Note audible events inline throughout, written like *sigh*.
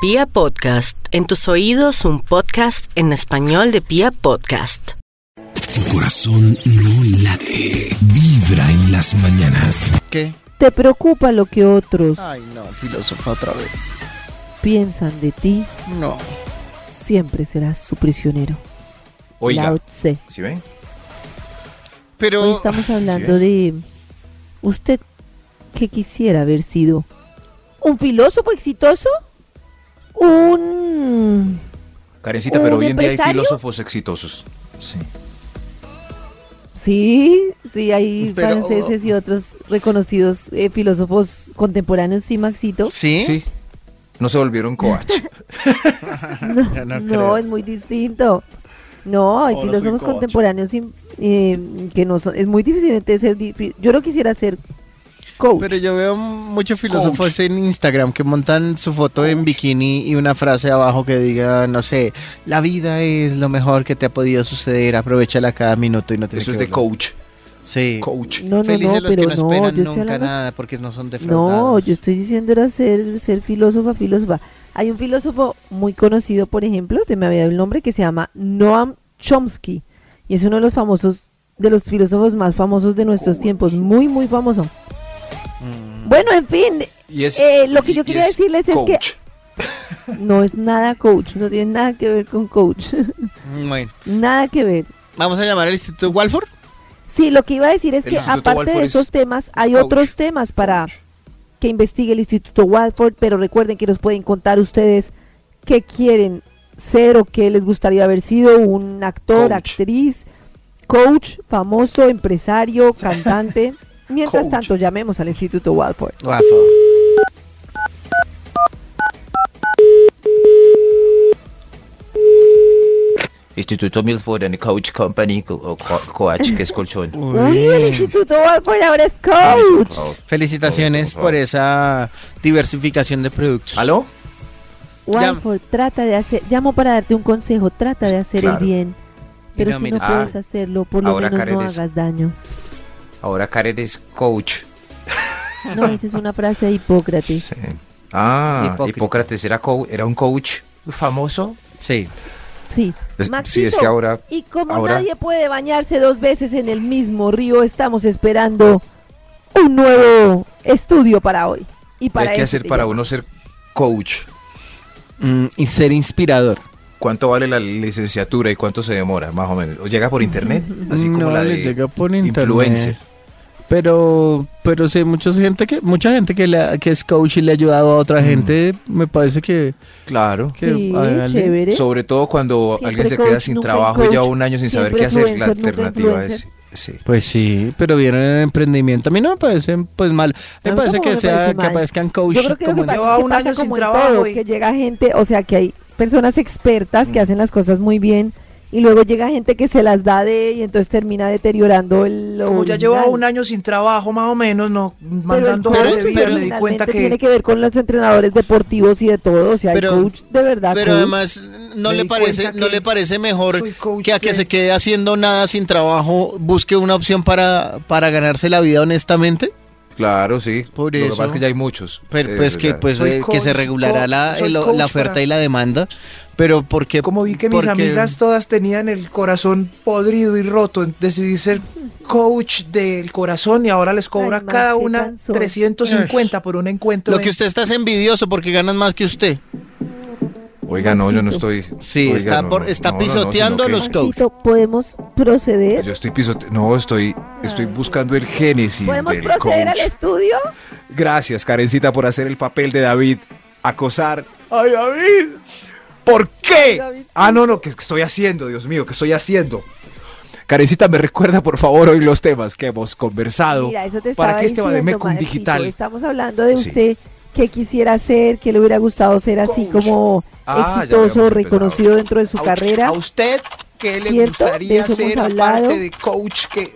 Pia Podcast, en tus oídos un podcast en español de Pia Podcast. Tu corazón no late, vibra en las mañanas. ¿Qué? ¿Te preocupa lo que otros Ay, no, filósofa otra vez. piensan de ti? No. Siempre serás su prisionero. Oiga, Lao Tse. ¿sí ven? Hoy Pero estamos hablando de usted que quisiera haber sido un filósofo exitoso, un Carecita, pero ¿Un hoy en día hay empresario? filósofos exitosos. sí. sí, sí hay Pero- franceses y otros reconocidos eh, filósofos contemporáneos, sí Maxito. ¿Sí? Sí. No *laughs* se volvieron coach. No, Yo no no, creo. es muy distinto. No, Ahora hay soy filósofos coach. contemporáneos sin- eh, que no son. Es muy difícil de ser. di- Yo no quisiera ser coach. Pero yo veo muchos filósofos en Instagram que montan su foto en bikini y una frase abajo que diga, no sé, la vida es lo mejor que te ha podido suceder, aprovechala cada minuto y no tienes Eso que es de verlo". coach. Sí. Coach. no, no, Felices no, los que no pero no, esperan yo estoy nunca hablando- nada porque no son defraudados. No, yo estoy diciendo era ser, ser filósofa, filósofa. Hay un filósofo muy conocido, por ejemplo, se me había dado el nombre, que se llama Noam Chomsky. Y es uno de los famosos, de los filósofos más famosos de nuestros tiempos. Muy, muy famoso. Mm. Bueno, en fin, Y es, Eh, lo que yo y quería decirles es que- coach. no es nada coach, no tiene nada que ver con coach. *laughs* Bueno, Nada que ver. vamos a llamar al Instituto Walford. Sí, lo que iba a decir es El que Instituto aparte Walford de es esos temas, hay coach. otros temas para Coach. que investigue el Instituto Walford, pero recuerden que nos pueden contar ustedes qué quieren ser o qué les gustaría haber sido, un actor, Coach. actriz, coach, famoso, *laughs* empresario, cantante. Mientras Coach. tanto, llamemos al Instituto Walford. Walford. Instituto Milford and Coach Company, co- o co- Coach, que es colchón. Uy, el Instituto Walford ahora es coach. Felicitaciones por esa diversificación de productos. ¿Aló? Walford, trata de hacer, llamo para darte un consejo, trata de hacer claro. el bien. Pero Mira, si mira. no puedes Ah, hacerlo, por lo ahora menos no Karen es- hagas daño. Ahora Karen es coach. No, *laughs* esa es una frase de Hipócrates. Sí. Ah, Hipócrita. Hipócrates era, co- era un coach famoso. Sí. Sí. Es- sí, Maxito, es que ahora. Y como ahora- nadie puede bañarse dos veces en el mismo río, estamos esperando un nuevo estudio para hoy. Y para este hay que eso hacer te para llamo. uno ser coach. Mm, y ser inspirador. ¿Cuánto vale la licenciatura y cuánto se demora, más o menos? ¿O llega por internet? Así como No, la le de llega por influencer. internet. Pero, pero sí, mucha gente que, mucha gente que, le- que es coach y le ha ayudado a otra gente, me parece que, Claro. que Sí, háganle. chévere. Sobre todo cuando Siempre alguien se coach, queda sin nunca trabajo y coach, lleva un año sin saber siempre qué hacer, la influencer, nunca alternativa es. influencer. Sí. Pues sí, pero vieron el emprendimiento. A mí no me parece pues mal. A Me mí parece tampoco que me sea parece que mal. aparezcan coach Yo creo que lo que como pasa en- es que pasa como en todo, que llega gente, o sea, que hay personas expertas que hacen las cosas muy bien y luego llega gente que se las da de y entonces termina deteriorando el Como ya original. llevaba un año sin trabajo, más o menos, no Pero el mandando coach horas de vida, me di finalmente cuenta que. tiene que ver con los entrenadores deportivos y de todo, o sea, Pero- el coach de verdad Pero coach. además, ¿no Me le di parece, cuenta no que le parece mejor soy coach que a que de- se quede haciendo nada sin trabajo, busque una opción para, para ganarse la vida honestamente? Claro, sí. Por Lo que eso. pasa es que ya hay muchos. Pero, Eh, pues que, ya. pues, Soy eh, que coach, se regulará co- la, soy el- coach la oferta para- y la demanda, pero porque... Como vi que mis porque- amigas todas tenían el corazón podrido y roto, decidí ser coach del corazón y ahora les cobra Ay, Max, cada qué una cansón. 350 por un encuentro. Lo que usted está es envidioso porque ganan más que usted. Oiga, no, yo no estoy. Sí, está, por, está pisoteando a los coaches. Maxito, podemos proceder. Yo estoy pisoteando. No, estoy, estoy buscando el génesis ¿Podemos del proceder coach. al estudio? Gracias, Karencita, por hacer el papel de David. Acosar. ¡Ay, David! ¿Por qué? David, sí. Ah, no, no, que estoy haciendo, Dios mío, que estoy haciendo. Karencita, me recuerda, por favor, hoy los temas que hemos conversado Mira, eso te estaba para que este diciendo, Bademecum Maxito, digital. Estamos hablando de Sí. usted que quisiera ser, que le hubiera gustado ser así Coach. como Ah, ya exitoso, habíamos reconocido empezado. dentro de su A- carrera. ¿A usted qué le ¿Cierto? De gustaría eso hemos ser hablado. aparte de coach que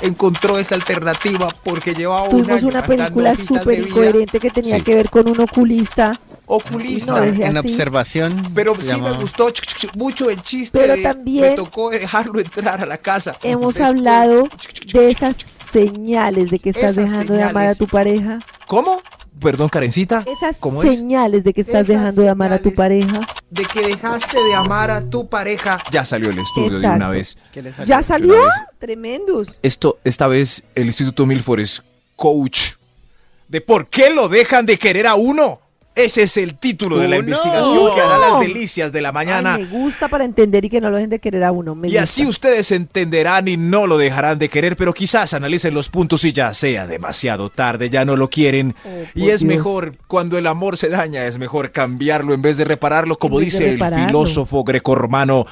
encontró esa alternativa porque llevaba un Tuvimos año una cantando película hojitas de súper vida, incoherente que tenía Sí. que ver con un oculista, Oculista. No, dejé En así. observación. Pero sí me llamado. gustó ch- ch- ch- mucho el chiste. Pero de- también- Me tocó dejarlo entrar a la casa. hemos Después- hablado de esas señales de que estás Esas dejando de amar a señales. tu pareja. ¿Cómo? perdón, Karencita, Esas ¿cómo es? señales de que estás Esas dejando de amar a tu señales. pareja. De que dejaste de amar a tu pareja. Ya salió el estudio de una Exacto. vez. ¿Qué les ¿Ya salió? salió? Una vez. Tremendos. Esto, esta vez, el Instituto Milford es coach. De por qué lo dejan de querer a uno. Ese es el título de la ¡Uno! investigación que hará las ¡Uno! delicias de la mañana. Ay, me gusta para entender y que no lo dejen de querer a uno. me Y así gusta. ustedes entenderán y no lo dejarán de querer, pero quizás analicen los puntos y ya sea demasiado tarde, ya no lo quieren. y Oh, por es Dios. mejor, cuando el amor se daña, es mejor cambiarlo en vez de repararlo, como En vez de dice el repararlo. filósofo grecorromano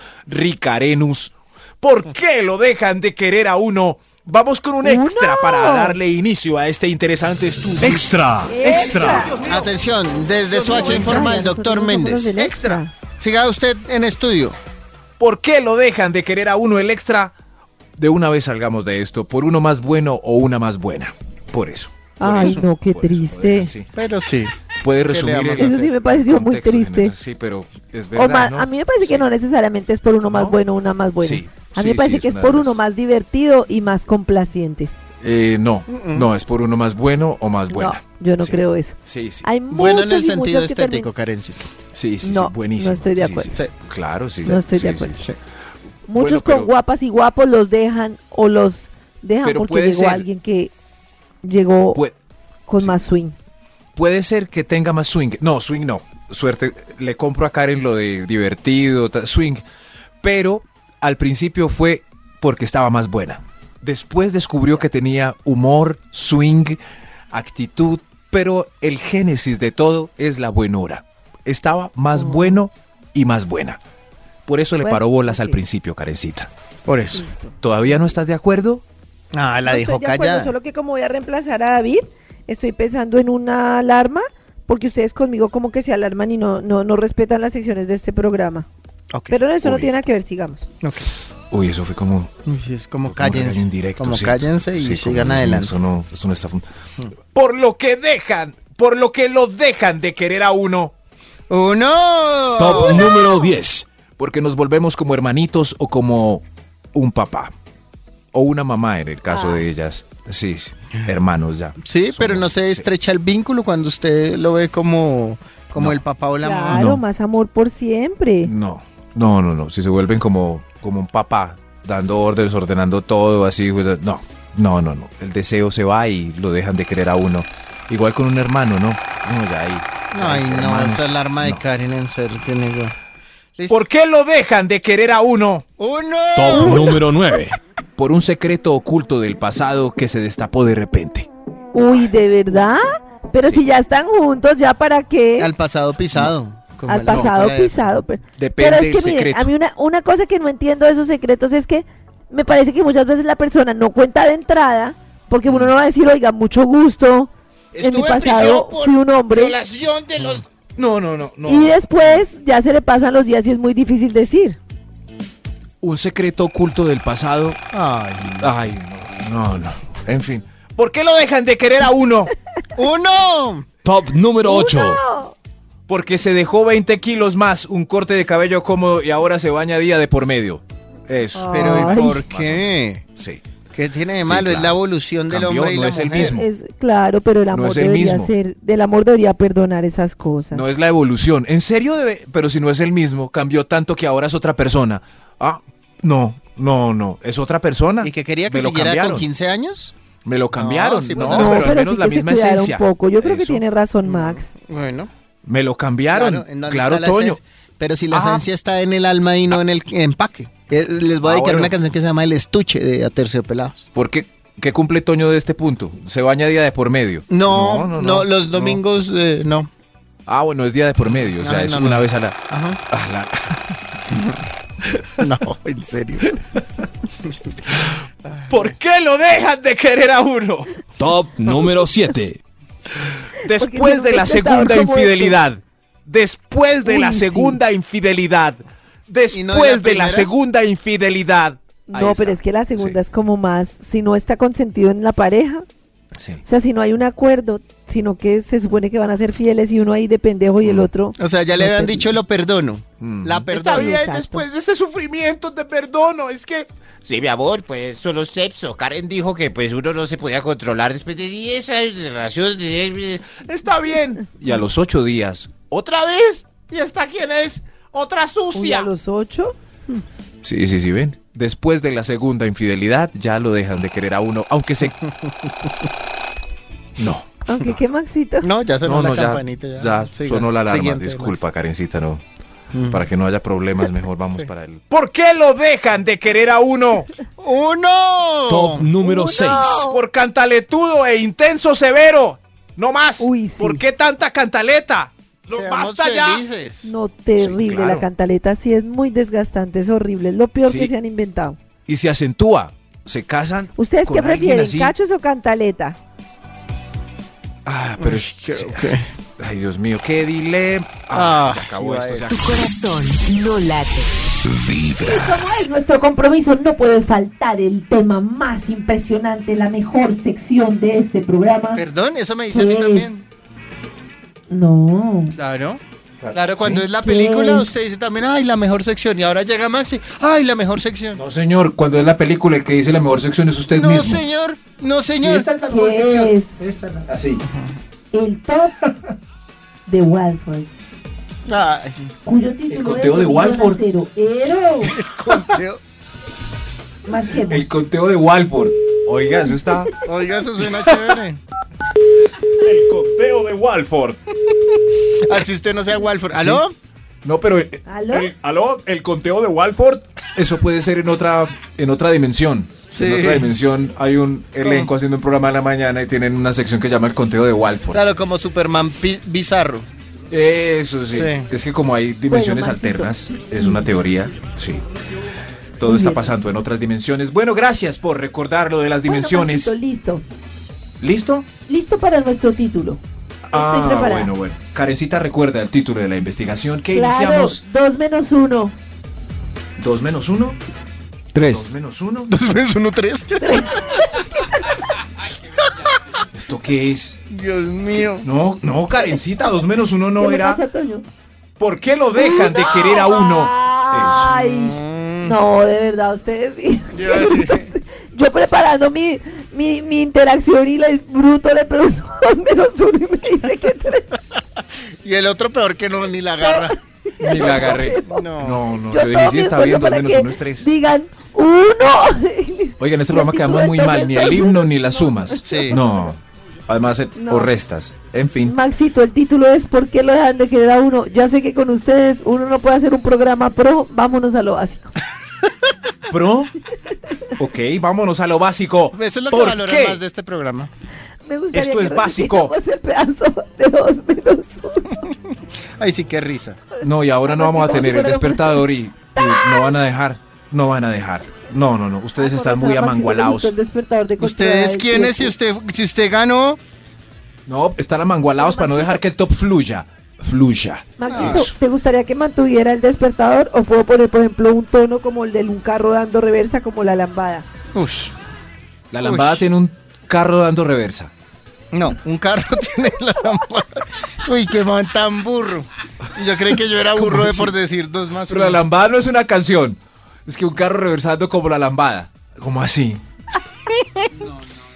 Ricarenus. ¿Por qué lo dejan de querer a uno? Vamos con ¡Oh, un extra ¡Uno! para darle inicio a este interesante estudio. Extra, extra. Atención, desde Soacha informa Ay, el a nosotros doctor no somos los Méndez. del extra. Siga usted en estudio. ¿Por qué lo dejan de querer a uno el extra? De una vez salgamos de esto, por uno más bueno o una más buena. Por eso. por Ay, eso, no, qué por eso lo triste. dejan, sí. Pero sí. Puede le resumir vamos el a Eso sí me pareció muy contexto triste. general, Sí, pero es O verdad. ma- ¿no? A mí me parece que Sí. no necesariamente es por uno más ¿No? bueno o una más buena. Sí, a mí sí, me parece sí, que es es una por de uno las- más divertido y más complaciente. Eh, no, no, es por uno más bueno o más buena. No, yo no Sí. creo eso. Sí, sí. Hay Bueno en muchos el y sentido muchas que terminan- estético, Karencita. Sí, sí, sí, no, buenísimo. no estoy de Sí, sí, acuerdo. sí. Claro, sí. No estoy de sí, sí, acuerdo. sí. Muchos Bueno, pero- con guapas y guapos los dejan o los dejan Pero porque puede llegó ser. alguien que llegó Pue- con sí. más swing. Puede ser que tenga más swing. No, swing no. Suerte, le compro a Karen lo de divertido, ta- swing. Pero al principio fue porque estaba más buena. Después descubrió que tenía humor, swing, actitud, pero el génesis de todo es la buenura. Estaba más Oh. bueno y más buena. Por eso le Bueno, paró bolas al ok. principio, Karencita. Por eso. Listo. ¿Todavía no estás de acuerdo? Ah, la No dejó estoy de acuerdo, callada. Solo que como voy a reemplazar a David, estoy pensando en una alarma porque ustedes conmigo como que se alarman y no, no, no respetan las secciones de este programa. Ok. Pero eso no uy. tiene nada que ver, sigamos. Ok. Uy, eso fue como Uy, sí, es como regaño cállense. indirecto, como ¿cierto? cállense y Sí, como sigan no, adelante. Esto no, esto no está fun- Hmm. Por lo que dejan, por lo que lo dejan de querer a uno. Oh. ¡Uno! Top número 10. Porque nos volvemos como hermanitos o como un papá. O una mamá en el caso de ellas. Sí, sí, hermanos ya. Sí, pero Somos- no se Ah. sí. estrecha el vínculo cuando usted lo ve como, como No. el papá o la mamá. Claro, No. más amor por siempre. No, no, no, no. Si se vuelven como, como un papá, dando órdenes, ordenando todo, así. pues, No, no, no, no. El deseo se va y lo dejan de querer a uno. Igual con un hermano, ¿no? No, ya ahí. ya Ay, ahí, no, hermanos, esa alarma de no. Karen en serio tiene yo. ¿Listo? ¿Por qué lo dejan de querer a uno? ¡Uno! Top número 9. Por un secreto oculto del pasado que se destapó de repente. Uy, ¿de verdad? Pero si ya están juntos, ¿ya para qué? Al pasado pisado. como Al el loco pasado la de- pisado. Pero, Depende pero es del que miren, secreto. a mí una, una cosa que no entiendo de esos secretos es que me parece que muchas veces la persona no cuenta de entrada, porque Mm. uno no va a decir, oiga, mucho gusto, en mi pasado fui un hombre. No, no, no, no. Y después ya se le pasan los días y es muy difícil decir. Un secreto oculto del pasado. Ay, Ay, no, no, no. En fin. ¿Por qué lo dejan de querer a uno? ¡Uno! Top número 8. ¡Uno! Porque se dejó 20 kilos más, un corte de cabello cómodo y ahora se baña día de por medio. Eso. Pero ¿y Ay. por qué? Sí. ¿Qué tiene de Sí, malo? Es la claro. evolución del Cambió, hombre y no la es el mujer. mismo. Es claro, pero el No amor es el debería mismo. ser, del amor debería perdonar esas cosas. No es la evolución. En serio, debe- pero si no es el mismo, cambió tanto que ahora es otra persona. Ah, no, no, no. Es otra persona. ¿Y que quería que Me lo siguiera con cambiaron. 15 años? Me lo cambiaron. No, sí, no, pues, pero, no, al menos sí la que se misma cuidara esencia. un poco. Yo creo que Eso. Mm, tiene razón Max. Bueno. Me lo cambiaron. ¿en dónde Claro, está la Toño. esencia? Pero si la Ajá. esencia está en el alma y no en el empaque. Eh, Les voy a Ah, dedicar bueno. una canción que se llama El Estuche de Aterciopelados. ¿Por qué, qué cumple Toño de este punto? Se baña día de por medio. No, no, los domingos eh, no. Ah, bueno, es día de por medio. O sea, Ay, es no, una no. vez a la. Ajá. a *laughs* la- No, en serio. ¿Por qué lo dejan de querer a uno? Top número 7. Después tiene de un la espectador segunda como infidelidad. Después de Uy, la sí. segunda infidelidad. Después ¿Y de no la, de la primera? segunda infidelidad. Ahí No, está. pero es que la segunda Sí. es como más, si no está consentido en la pareja, Sí. O sea, si no hay un acuerdo, sino que se supone que van a ser fieles y uno ahí de pendejo y el otro. O sea, ya le Lo habían perdono. dicho lo perdono. Mm. La Está perdono. bien, Exacto. después de este sufrimiento te perdono. Es que. Sí, mi amor, pues solo sexo. Karen dijo que pues uno no se podía controlar después de 10 años de relación. de- Está bien. Y a los ocho días, ¿Otra vez? ¿Y hasta quién es? ¡Otra Uy, a sucia! los ocho. sí, sí, sí, ven. Después de la segunda infidelidad, ya lo dejan de querer a uno, aunque *laughs* se. No. Aunque qué Maxito. No, ya sonó No, la no, ya, campanita. Ya, ya Siga. sonó la alarma. Siguiente, Disculpa, Karencita, no. Max. Para que no *laughs* haya problemas, mejor vamos Sí. para el. ¿Por qué lo dejan de querer a uno? ¡Uno! Top número 6. Oh. Por cantaletudo e intenso severo. No más. Uy, sí. ¿Por qué tanta cantaleta? No, Seamos basta ya. felices. No, terrible. Sí, claro. La cantaleta sí es muy desgastante, es horrible. Es lo peor Sí. que se han inventado. Y se acentúa. Se casan. ¿Ustedes con qué alguien prefieren, así. cachos o cantaleta? Ah, pero es que. Ay, Dios mío, qué dilema. Ah, Ah, se acabó iba a esto. se Tu corazón no late. Vibra. Como es nuestro compromiso, no puede faltar el tema más impresionante, la mejor sección de este programa. Perdón, eso me dice a mí Pues, que es... también. No. Claro. Claro, cuando es la ¿Qué? película, pues. usted dice también, ay, la mejor sección. Y ahora llega Maxi, ay, la mejor sección. No, señor, cuando es la película el que dice la mejor sección es usted No, mismo. Pues. señor, no, señor. es la mejor ¿Qué sección. es? Esta es la- Así. El top de Walford, Ay, cuyo título conteo es de Millón a Walford. Cero. Ero. conteo. Marquemos. El conteo de Walford. Oiga, eso está. Oiga, eso suena chévere. El conteo de Walford. Así usted no sea Walford. ¿Aló? No, pero eh, ¿Aló? ¿Aló? ¿El conteo de Walford? Eso puede ser en otra, en otra dimensión. Sí. En otra dimensión hay un elenco ¿Cómo? haciendo un programa en la mañana y tienen una sección que llama el conteo de Walford. Claro, como Superman pi- bizarro. *laughs* Eso sí. Sí. Es que como hay dimensiones Maxito. alternas, es una teoría. Sí. Todo Muy está bien, pasando en otras dimensiones. Bueno, gracias por recordar lo de las Bueno, dimensiones. Maxito, listo. ¿Listo? Listo para nuestro título. Ah, preparada. bueno, bueno. Karencita recuerda el título de la investigación que Claro, iniciamos. 2 menos 1. 2 menos 1. 2 Tres. menos 1. Dos veces uno, tres. ¿Esto qué es? Dios mío. No, no, Karencita, 2 menos 1 no ¿Qué le era. pasa, Toño? ¿Por qué lo dejan de querer a uno? Mm. Eso. Ay, no, de verdad, ustedes sí. Yo Qué sí. brutos. *laughs* Yo preparando mi, mi, mi interacción y les bruto le pregunto *laughs* dos menos uno y me dice que tres. Y el otro peor que no, ni la agarra. Ni la agarré. *laughs* No. No, no, Yo yo dije, todo sí mi está bien, esfuerzo 2 para menos que 1 es 3. Digan uno. *laughs* Oigan, este Y programa el quedamos título muy de mal, ni el Toño himno es- ni las sumas. Sí. No. Además, eh, No. o restas. En fin. Maxito, el título es ¿Por qué lo dejan de querer a uno? Ya sé que con ustedes uno no puede hacer un programa pro, vámonos a lo básico. Pro. Ok, vámonos a lo básico. Eso es lo que ¿Por valora qué? más de este programa. Me gustaría Esto que es básico. repitiéramos el pedazo de dos menos uno. Ay, sí, qué risa. No, y ahora no vamos a Como si tener el fuera un- despertador y, y no van a dejar. No van a dejar. No, no, no. Ustedes Ah, están muy Vámonos a Maxito, amangualados. justo el despertador de control ¿Ustedes del quiénes? Si tiempo. usted, si usted ganó, No, están amangualados para no dejar que el top fluya. Fluya. Maxito, Eso. ¿te gustaría que mantuviera el despertador o puedo poner, por ejemplo, un tono como el de un carro dando reversa como la lambada? Uy, La lambada Uy. tiene un carro dando reversa. no, un carro tiene la lámpara. Uy, qué man tan burro. Y Yo creí que yo era burro de por decir dos más. Pero la uno. lambada no es una canción. Es que un carro reversando como la lambada. *laughs* Como así.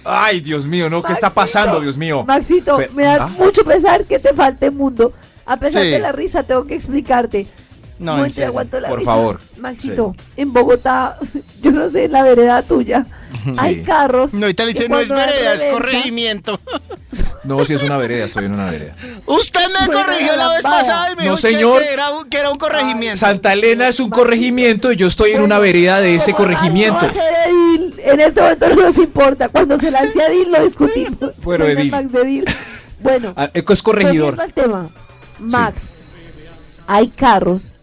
Ay, Dios mío, ¿no? ¿Qué está Maxito, pasando, Dios mío? Maxito, Se- me da ¿Ah? mucho pesar que te falte mundo. A pesar Sí. de la risa, tengo que explicarte. No, No en te serio. aguanto la Por risa. favor. Maxito, en Bogotá, *laughs* yo no sé, en la vereda tuya, hay carros. No, ahorita le que dice, no es cuando dan vereda, es reversa, corregimiento. No, si es una vereda, estoy en una vereda. Usted me Bueno, corrigió la la vez vara. pasada y me dijo No, que- señor. Que, era un, que era un corregimiento. Santa Elena es un corregimiento y yo estoy en Bueno, una vereda de ese como radio corregimiento. va a ser Edil, en este momento no nos importa. Cuando se lance Edil, lo discutimos. Bueno, Venga, Edil. Max de Edil. Bueno, *laughs* Ah, Es corregidor. volviendo al tema. Max, hay carros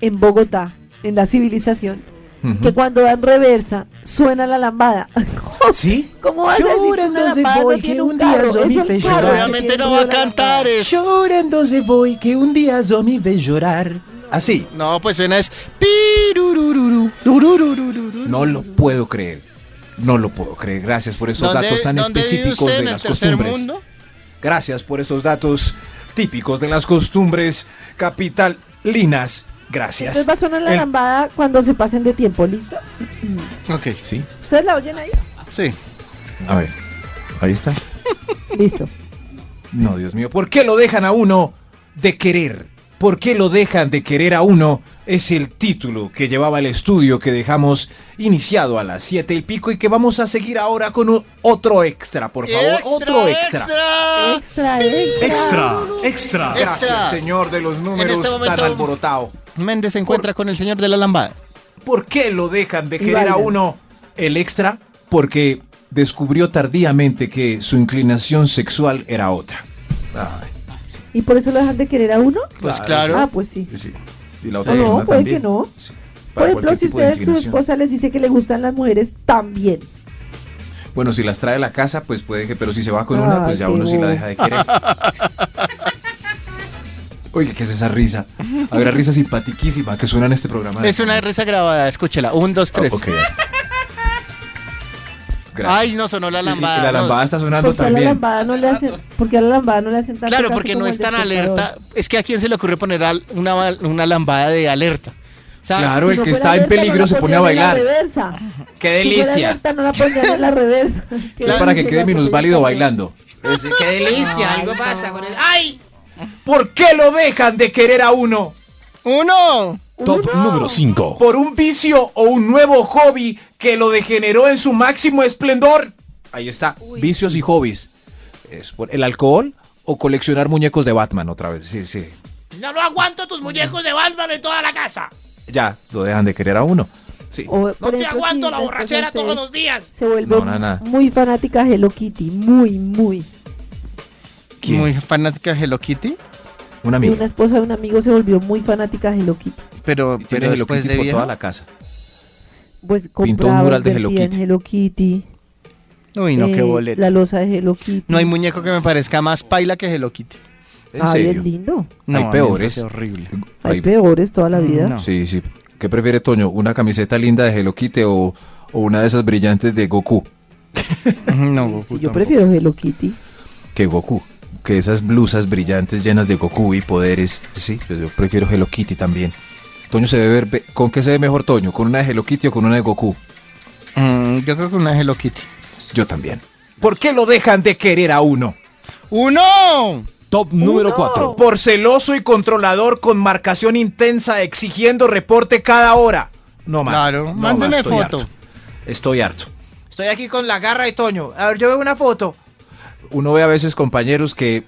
en Bogotá, en la civilización, que Ujú. cuando dan reversa, suena la lambada. *laughs* ¿Sí? ¿Cómo vas a decir que una lambada no tiene un carro? Es el Pues carro que obviamente tiene no el va a ruido de la cantar eh. es- Llorando se voy, que un día yo me ve llorar. Así. No, pues suena es. pirurururu, durururururu. No lo puedo creer. No lo puedo creer. Gracias por esos ¿Dónde- datos tan dónde vive específicos usted de en el las tercer costumbres. mundo? Gracias por esos datos típicos de las costumbres capital linas. Gracias. Entonces va a sonar la El- lambada cuando se pasen de tiempo, ¿listo? Ok, Sí. ¿Ustedes la oyen ahí? sí. A ver. Ahí está. Listo. No, Dios mío, ¿por qué lo dejan a uno de querer? ¿Por qué lo dejan de querer a uno? Es el título que llevaba el estudio que dejamos iniciado a las siete y pico y que vamos a seguir ahora con un- otro extra, por favor. otro extra. extra. Extra, extra. Extra. Gracias, Extra. señor de los números este tan momento- alborotado. Méndez se encuentra con el señor de la lambada. ¿Por qué lo dejan de Y querer a bailan. uno el extra? Porque descubrió tardíamente que su inclinación sexual era otra. ¿Y por eso lo dejan de querer a uno? Pues Claro, claro. Ah, pues sí. Sí. Y la O Ah, no, persona puede que no. Sí, para Por ejemplo, cualquier si tipo de ustedes su inclinación. esposa les dice que le gustan las mujeres, también. Bueno, si las trae a la casa, pues puede que, pero si se va con una, Ay, pues ya qué uno sí la bobo. deja de querer. Oye, ¿qué es esa risa? Habrá risa simpatiquísima que suena en este programa. Es una risa grabada, escúchela. Un, dos, Ah, tres. ok. Gracias. Ay, no sonó la Y- y- lambada. y la no. lambada está sonando Porque a Pues la Ah, también. lambada no le hacen, porque a la lambada no le hacen tanto Claro, caso porque como no al es tan despertador. alerta. Es que a quién se le ocurre poner al- una, ba- una lambada de alerta. O sea, Claro, Si el no que fuera está en alerta, no peligro la se pone a pondrían en la bailar. reversa. ¡Qué Si fuera alerta, no la pondrían *laughs* en la reversa. Qué Es para que delicia, quede la minusválido pondrían en la bailando. ¡Qué delicia! Algo pasa con el... ¡Ay! ¿Por qué lo dejan de querer a uno? ¡Uno! Top número 5. ¿Por un vicio o un nuevo hobby que lo degeneró en su máximo esplendor? Ahí está, vicios y hobbies. Es por el alcohol o coleccionar muñecos de Batman otra vez. Sí, sí. ¡No lo aguanto tus muñecos de Batman en toda la casa! Ya, lo dejan de querer a uno. Sí. O, por ¡No te ejemplo, aguanto si la las borrachera personas te- todos los días! Se vuelve No, nada. muy fanática de Hello Kitty, muy, muy. ¿Quién? Muy fanática de Hello Kitty, Un Sí, amigo. una esposa de un amigo se volvió muy fanática de Hello Kitty. pero, Y tiene pero Hello después Kitty de por toda viejo. la casa. Pues un compraba, mural de Hello invertía en Kitty. Hello Kitty. Uy, no, qué eh, boleta. La losa de Hello Kitty. No hay muñeco que me parezca más paila que Hello Kitty. En Ay, es serio. lindo. No, Hay a mí me peores. parece *laughs* horrible. Hay Ay, peores toda la vida. No. Sí, sí. ¿Qué prefiere Toño? ¿Una camiseta linda de Hello Kitty o, o una de esas brillantes de Goku? No, Goku, Sí, yo tampoco. prefiero Hello *laughs* Kitty. que Goku. Que esas blusas brillantes llenas de Goku y poderes. Sí, pues yo prefiero Hello Kitty también. Toño se debe ver. ve- ¿Con qué se ve mejor Toño? ¿Con una de Hello Kitty o con una de Goku? Mm, yo creo que una Hello Kitty. Yo también. ¿Por qué lo dejan de querer a uno? ¡Uno! Top número 4. Por celoso y controlador con marcación intensa exigiendo reporte cada hora. No más. Claro, no mándeme más, estoy foto. harto. Estoy harto. Estoy aquí con la garra de Toño. A ver, yo veo una foto. Uno ve a veces compañeros que,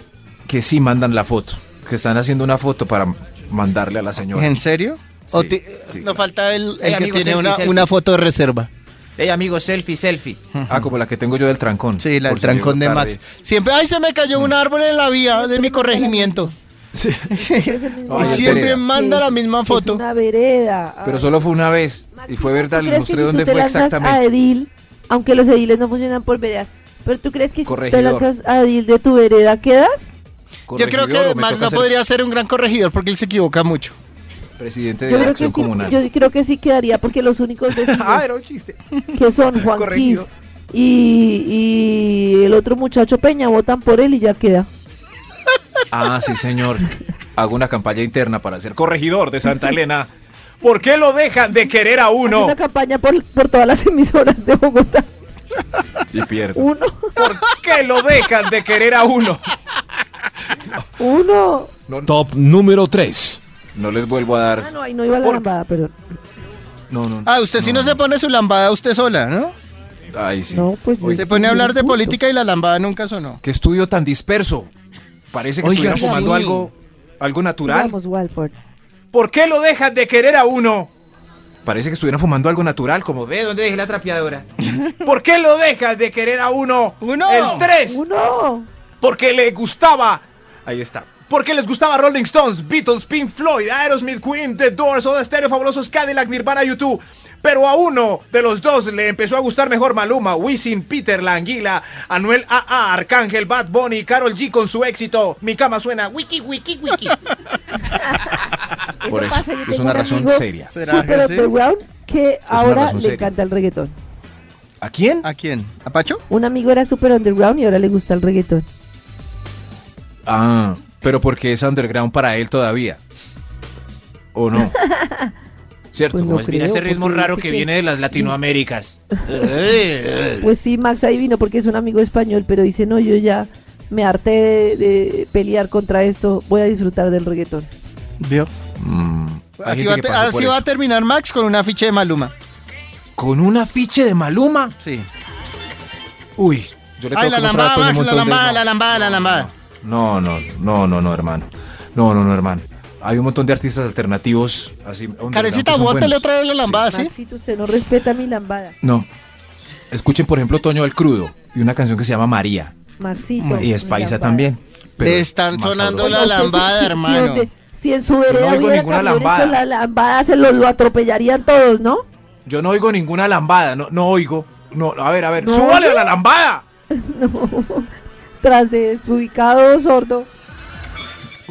que sí mandan la foto. Que están haciendo una foto para mandarle a la señora. ¿En serio? O Sí, ti- sí, no claro. falta el, el Eh, que amigo, tiene selfie, una, selfie. una foto de reserva. ¡Ey, amigo, selfie, selfie! Ah, como la que tengo yo del trancón. Sí, la, Por el si trancón de llego Max. tarde. Siempre, ay, se me cayó un árbol en la vía de mi corregimiento. Sí. Siempre es el mismo Ay, árbol. Siempre vereda. manda la misma es foto. una vereda. Ay. Pero solo fue una vez. Y Maxito, fue verdad, ¿tú le crees mostré que si tú dónde te Ah, fue lanzas exactamente. a Edil, aunque los ediles no funcionan por veredas. Pero tú crees que si Corregidor. tú te lanzas a Edil de tu vereda, ¿quedas? Yo creo Corregidor, o que me Max toca no ser podría ser un gran corregidor porque él se equivoca mucho. Presidente de Yo la creo, que Acción sí, Comunal. yo sí creo que sí quedaría, porque los únicos *laughs* vecinos Ah, era un chiste. que *laughs* son Juan Corregido. Quis y, y el otro muchacho Peña votan por él y ya queda. Ah, sí, señor. Hago una campaña interna para ser corregidor de Santa Elena. ¿Por qué lo dejan de querer a Hace uno? Una campaña por, por todas las *laughs* emisoras de Bogotá. Y pierdo. Uno, *laughs* ¿Por qué lo dejan de querer a uno? uno. Top número 3. No les vuelvo a Ah, dar. no, ahí no iba la Por- lambada, perdón. No, no. Ah, usted sí no se pone su lambada usted sola, ¿no? Ay, sí. No, pues yo- Oye, Se pone a hablar de Punto. política y la lambada nunca sonó. qué estudio tan disperso. Parece que Oiga, estuviera fumando sí. algo, algo natural. Vamos, Walford. ¿Por qué lo dejan de querer a uno? Parece que estuviera fumando algo natural, como ve. Ve, ¿dónde dejé *laughs* la trapeadora? ¿Por qué lo dejan de querer a uno? Uno. El 3. Uno. Ah, Porque le gustaba. Ahí está. Porque les gustaba Rolling Stones, Beatles, Pink Floyd, Aerosmith, Queen, The Doors, Soda Stereo, Fabulosos Cadillac, Nirvana, YouTube. Pero a uno de los dos le empezó a gustar mejor Maluma, Wisin, Peter, La Anguila, Anuel AA, Arcángel, Bad Bunny, Carol G con su éxito. Mi cama suena. Wiki. ¡Wiki, wiki, wiki! Por pasa, eso, yo es tengo una un razón amigo seria. ¿Será que Super sí? underground que una ahora razón le seria. encanta el reggaetón. ¿A quién? ¿A quién? ¿A Pacho? Un amigo era súper underground y ahora le gusta el reggaetón. Ah, pero porque es underground para él todavía. *laughs* ¿O no? ¿Cierto? Pues no Como es mira creo, ese ritmo porque raro dice que que- viene de las Latinoaméricas. Eh, Pues sí, Max adivino porque es un amigo español, pero dice, no, yo ya me harté de, de pelear contra esto, voy a disfrutar del reggaetón. Vio. Mm, hay Pues, Así, gente va, que a te- pasa por así va a eso. terminar Max con una afiche de Maluma. Con un afiche de Maluma. Sí. Uy, yo le tengo Ay, la que mostrar a lambada, Toño un Max, la montón de- lambada, la lambada, la lambada. No, no, no, no, no, hermano. No, no, no, hermano. Hay un montón de artistas alternativos así. underground Carecita, que son bótale buenos. otra vez la lambada, ¿sí? Maxito, usted no respeta mi lambada. No. Escuchen, por ejemplo, Toño el Crudo y una canción que se llama María. Maxito. Mm, Y es mi paisa lambada. también. pero Te es están más sonando sabrosa. Oiga, la usted, lambada, hermano. donde- si en su no vereda oigo hubiera ninguna camiones lambada. con la lambada, se lo, lo atropellarían todos, ¿no? *laughs* Yo no oigo ninguna lambada, no, no oigo. No, a ver, a ver, ¿No súbale a oye? la lambada. No. Tras de desubicado sordo.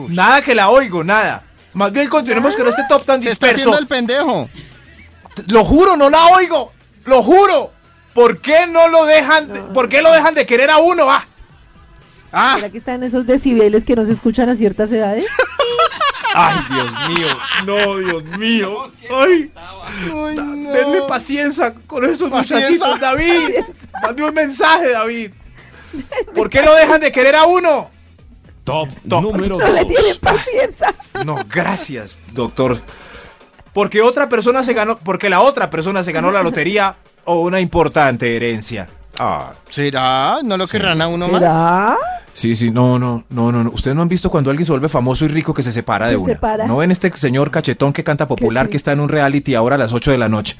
Nada que la oigo, nada. Más bien continuemos con este top tan Ah. Se está disperso. haciendo el pendejo. T- Lo juro, no la oigo. Lo juro. ¿Por qué no lo dejan? de- ¿Por qué lo dejan de querer a uno? Ah, ah. ¿Será que están esos decibeles que no se escuchan a ciertas edades? Ay, Dios mío. No, Dios mío. Ay. Da- Denme paciencia con esos Paciencia. muchachitos, David. Dame un mensaje, David. *laughs* ¿Por qué lo dejan de querer a uno? Top, Top. número No le 2. tienen paciencia. No, gracias, doctor. Porque otra persona se ganó, porque la otra persona se ganó la lotería o una importante herencia. Ah. ¿Será? ¿No lo querrán a uno más? ¿Será? Sí, sí, no, no, no, no, no. Ustedes no han visto cuando alguien se vuelve famoso y rico que se separa de Se una. separa. No ven este señor cachetón que canta popular triste. que está en un reality ahora a las 8 de la noche.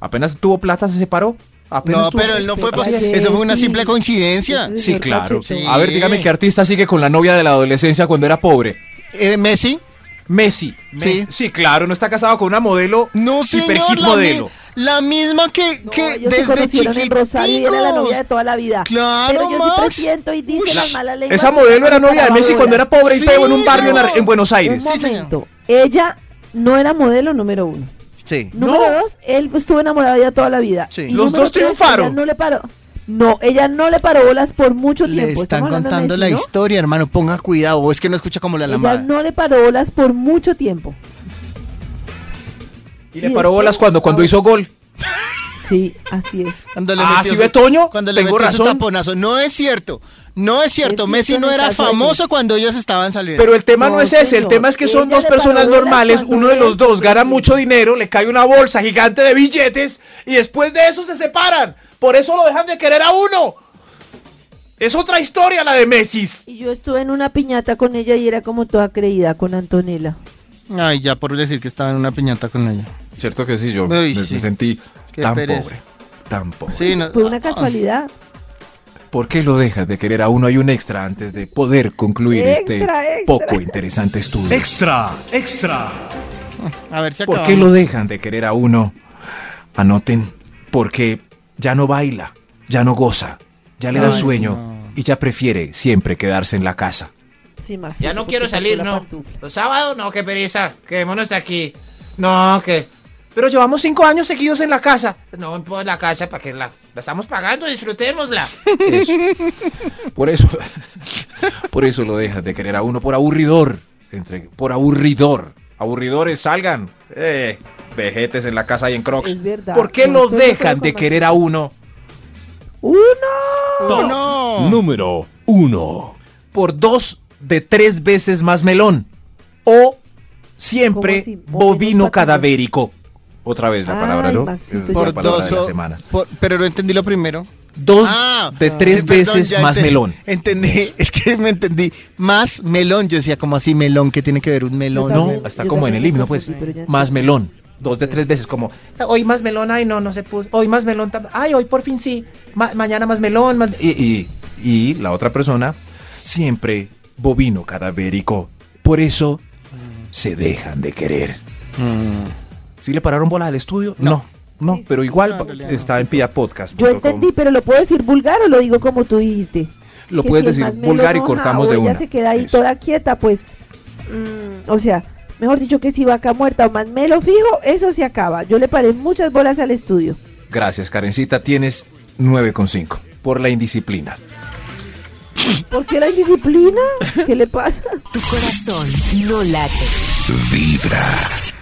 Apenas tuvo plata, se separó. Apenas No, tuvo- pero él no fue. Así es. Eso fue una Sí. simple coincidencia. Ese Sí, señor claro. cachetón. A ver, dígame qué artista sigue con la novia de la adolescencia cuando era pobre. Eh, Messi. Messi. Messi. Sí, claro, no está casado con una modelo. No, señor, hiperhit la, modelo. mi- la misma que, No, que ellos se desde conocieron en Rosario y era la novia de chiquitico. toda la vida. Claro, Pero yo sí Max. presiento y dice Uy, las la- malas lenguas Esa que modelo era estaba novia de Messi cuando era bolas. pobre y Sí, feo en un barrio en, señor. Ar- en Buenos Aires. Sí, Un señor. momento. Ella no era modelo número uno. Sí. Número dos, él estuvo enamorado de ella toda la vida. Sí. Y Los número dos tres, triunfaron. ella no le paró. No, ella no le paró bolas por mucho Le tiempo. están Estamos hablando de contando la Messi, ¿no? historia, hermano. Ponga cuidado. O es que no escucha como la Ella lambada. no le paró bolas por mucho tiempo. Y le paró bolas cuando, cuando hizo gol. Sí, así es. Cuando Ah, metió ¿sí su- ve, Toño? Cuando le Tengo metió su razón. taponazo. No es cierto. No es cierto. Es Messi cierto no en el era caso de famoso Messi. cuando ellos estaban saliendo. Pero el tema no, No, es ese, el señor. tema es que son Ella dos le personas paró bolas normales, cuando uno de él- los dos gana mucho dinero, le cae una bolsa gigante de billetes y después de eso se separan. Por eso lo dejan de querer a uno. Es otra historia la de Messi. Y yo estuve en una piñata con ella y era como toda creída con Antonella. Ay, ya por decir que estaba en una piñata con ella. Cierto que sí, yo Ay, me- sí. me sentí Qué tan pereza. pobre, tan pobre. Sí, no- ah, Fue una casualidad. ¿Por qué lo dejas de querer a uno? Hay un extra antes de poder concluir este Extra, extra. poco interesante estudio. Extra, extra. A ver si ¿Por acabamos. qué lo dejan de querer a uno? Anoten, porque ya no baila, ya no goza, ya le da Ay, sueño no. y ya prefiere siempre quedarse en la casa. Sí, Max. ya no porque quiero sacó salir, la no. pantufla. Los sábados no, qué pereza. Quedémonos aquí. No, que. Pero llevamos cinco años seguidos en la casa. No, pues la casa, ¿para que la, la estamos pagando? Disfrutémosla. Eso. Por eso, *laughs* por eso lo dejan de querer a uno, por aburridor. Entre, por aburridor. Aburridores, salgan. Eh, vejetes en la casa y en crocs. Es verdad. ¿Por qué No, lo estoy de dejan acuerdo de con querer a uno? ¡Uno! Top no. número 1. por dos de tres veces más melón. O siempre ¿Cómo así? ¿O bovino menos plátano? cadavérico. Otra vez la palabra, Ay, ¿no? Maxito, Esa es ya la Por palabra dos. de la o- semana. por- pero no entendí lo primero. Dos Ah, de tres eh, perdón, veces ya más enten- melón. Entendí, *laughs* es que me entendí. Más melón. Yo decía, como así melón? ¿Qué tiene que ver un melón? No, también, está yo como en también el himno, lo pues. confundí, pero ya Más melón. Dos de tres veces, como hoy más melón, ay no, no se puso. Hoy más melón, tam- ay hoy por fin sí. Ma- mañana más melón. más- Y, y- y la otra persona, siempre bovino cadavérico. Por eso se dejan de querer. ¿Sí le pararon bola al estudio? No. No, Mm. Sí, sí, pero igual no, en realidad está en Pia Podcast. Yo entendí, pero lo puedo decir vulgar o lo digo como tú dijiste. Lo Que puedes si es decir más vulgar y melonona cortamos o de ella una. se queda ahí Eso. toda quieta, pues. mm, o sea, mejor dicho que si vaca muerta o más melo fijo, eso se acaba. Yo le paré muchas bolas al estudio. Gracias, Karencita. Tienes 9,5 por la indisciplina. ¿Por qué la indisciplina? ¿Qué le pasa? Tu corazón no late. Vibra.